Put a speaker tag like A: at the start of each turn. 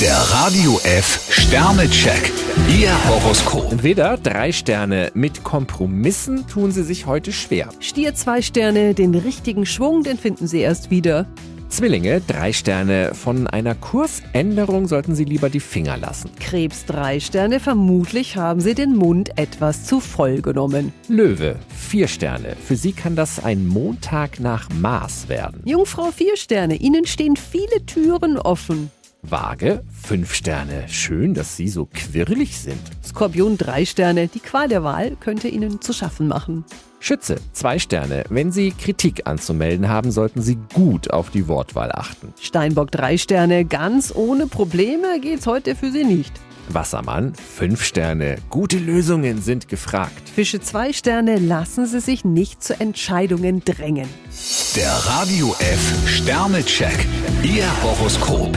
A: Der Radio F Sternecheck. Ihr Horoskop.
B: Widder, drei Sterne. Mit Kompromissen tun sie sich heute schwer.
C: Stier zwei Sterne, den richtigen Schwung, den finden Sie erst wieder.
B: Zwillinge, drei Sterne. Von einer Kursänderung sollten sie lieber die Finger lassen.
C: Krebs drei Sterne, vermutlich haben Sie den Mund etwas zu voll genommen.
B: Löwe, vier Sterne. Für sie kann das ein Montag nach Mars werden.
C: Jungfrau vier Sterne, Ihnen stehen viele Türen offen.
B: Waage, fünf Sterne. Schön, dass sie so quirlig sind.
C: Skorpion drei Sterne, die Qual der Wahl könnte Ihnen zu schaffen machen.
B: Schütze, zwei Sterne. Wenn sie Kritik anzumelden haben, sollten sie gut auf die Wortwahl achten.
C: Steinbock drei Sterne, ganz ohne Probleme geht's heute für Sie nicht.
B: Wassermann, fünf Sterne. Gute Lösungen sind gefragt.
C: Fische zwei Sterne, lassen Sie sich nicht zu Entscheidungen drängen.
A: Der Radio F Sternecheck. Ihr Horoskop.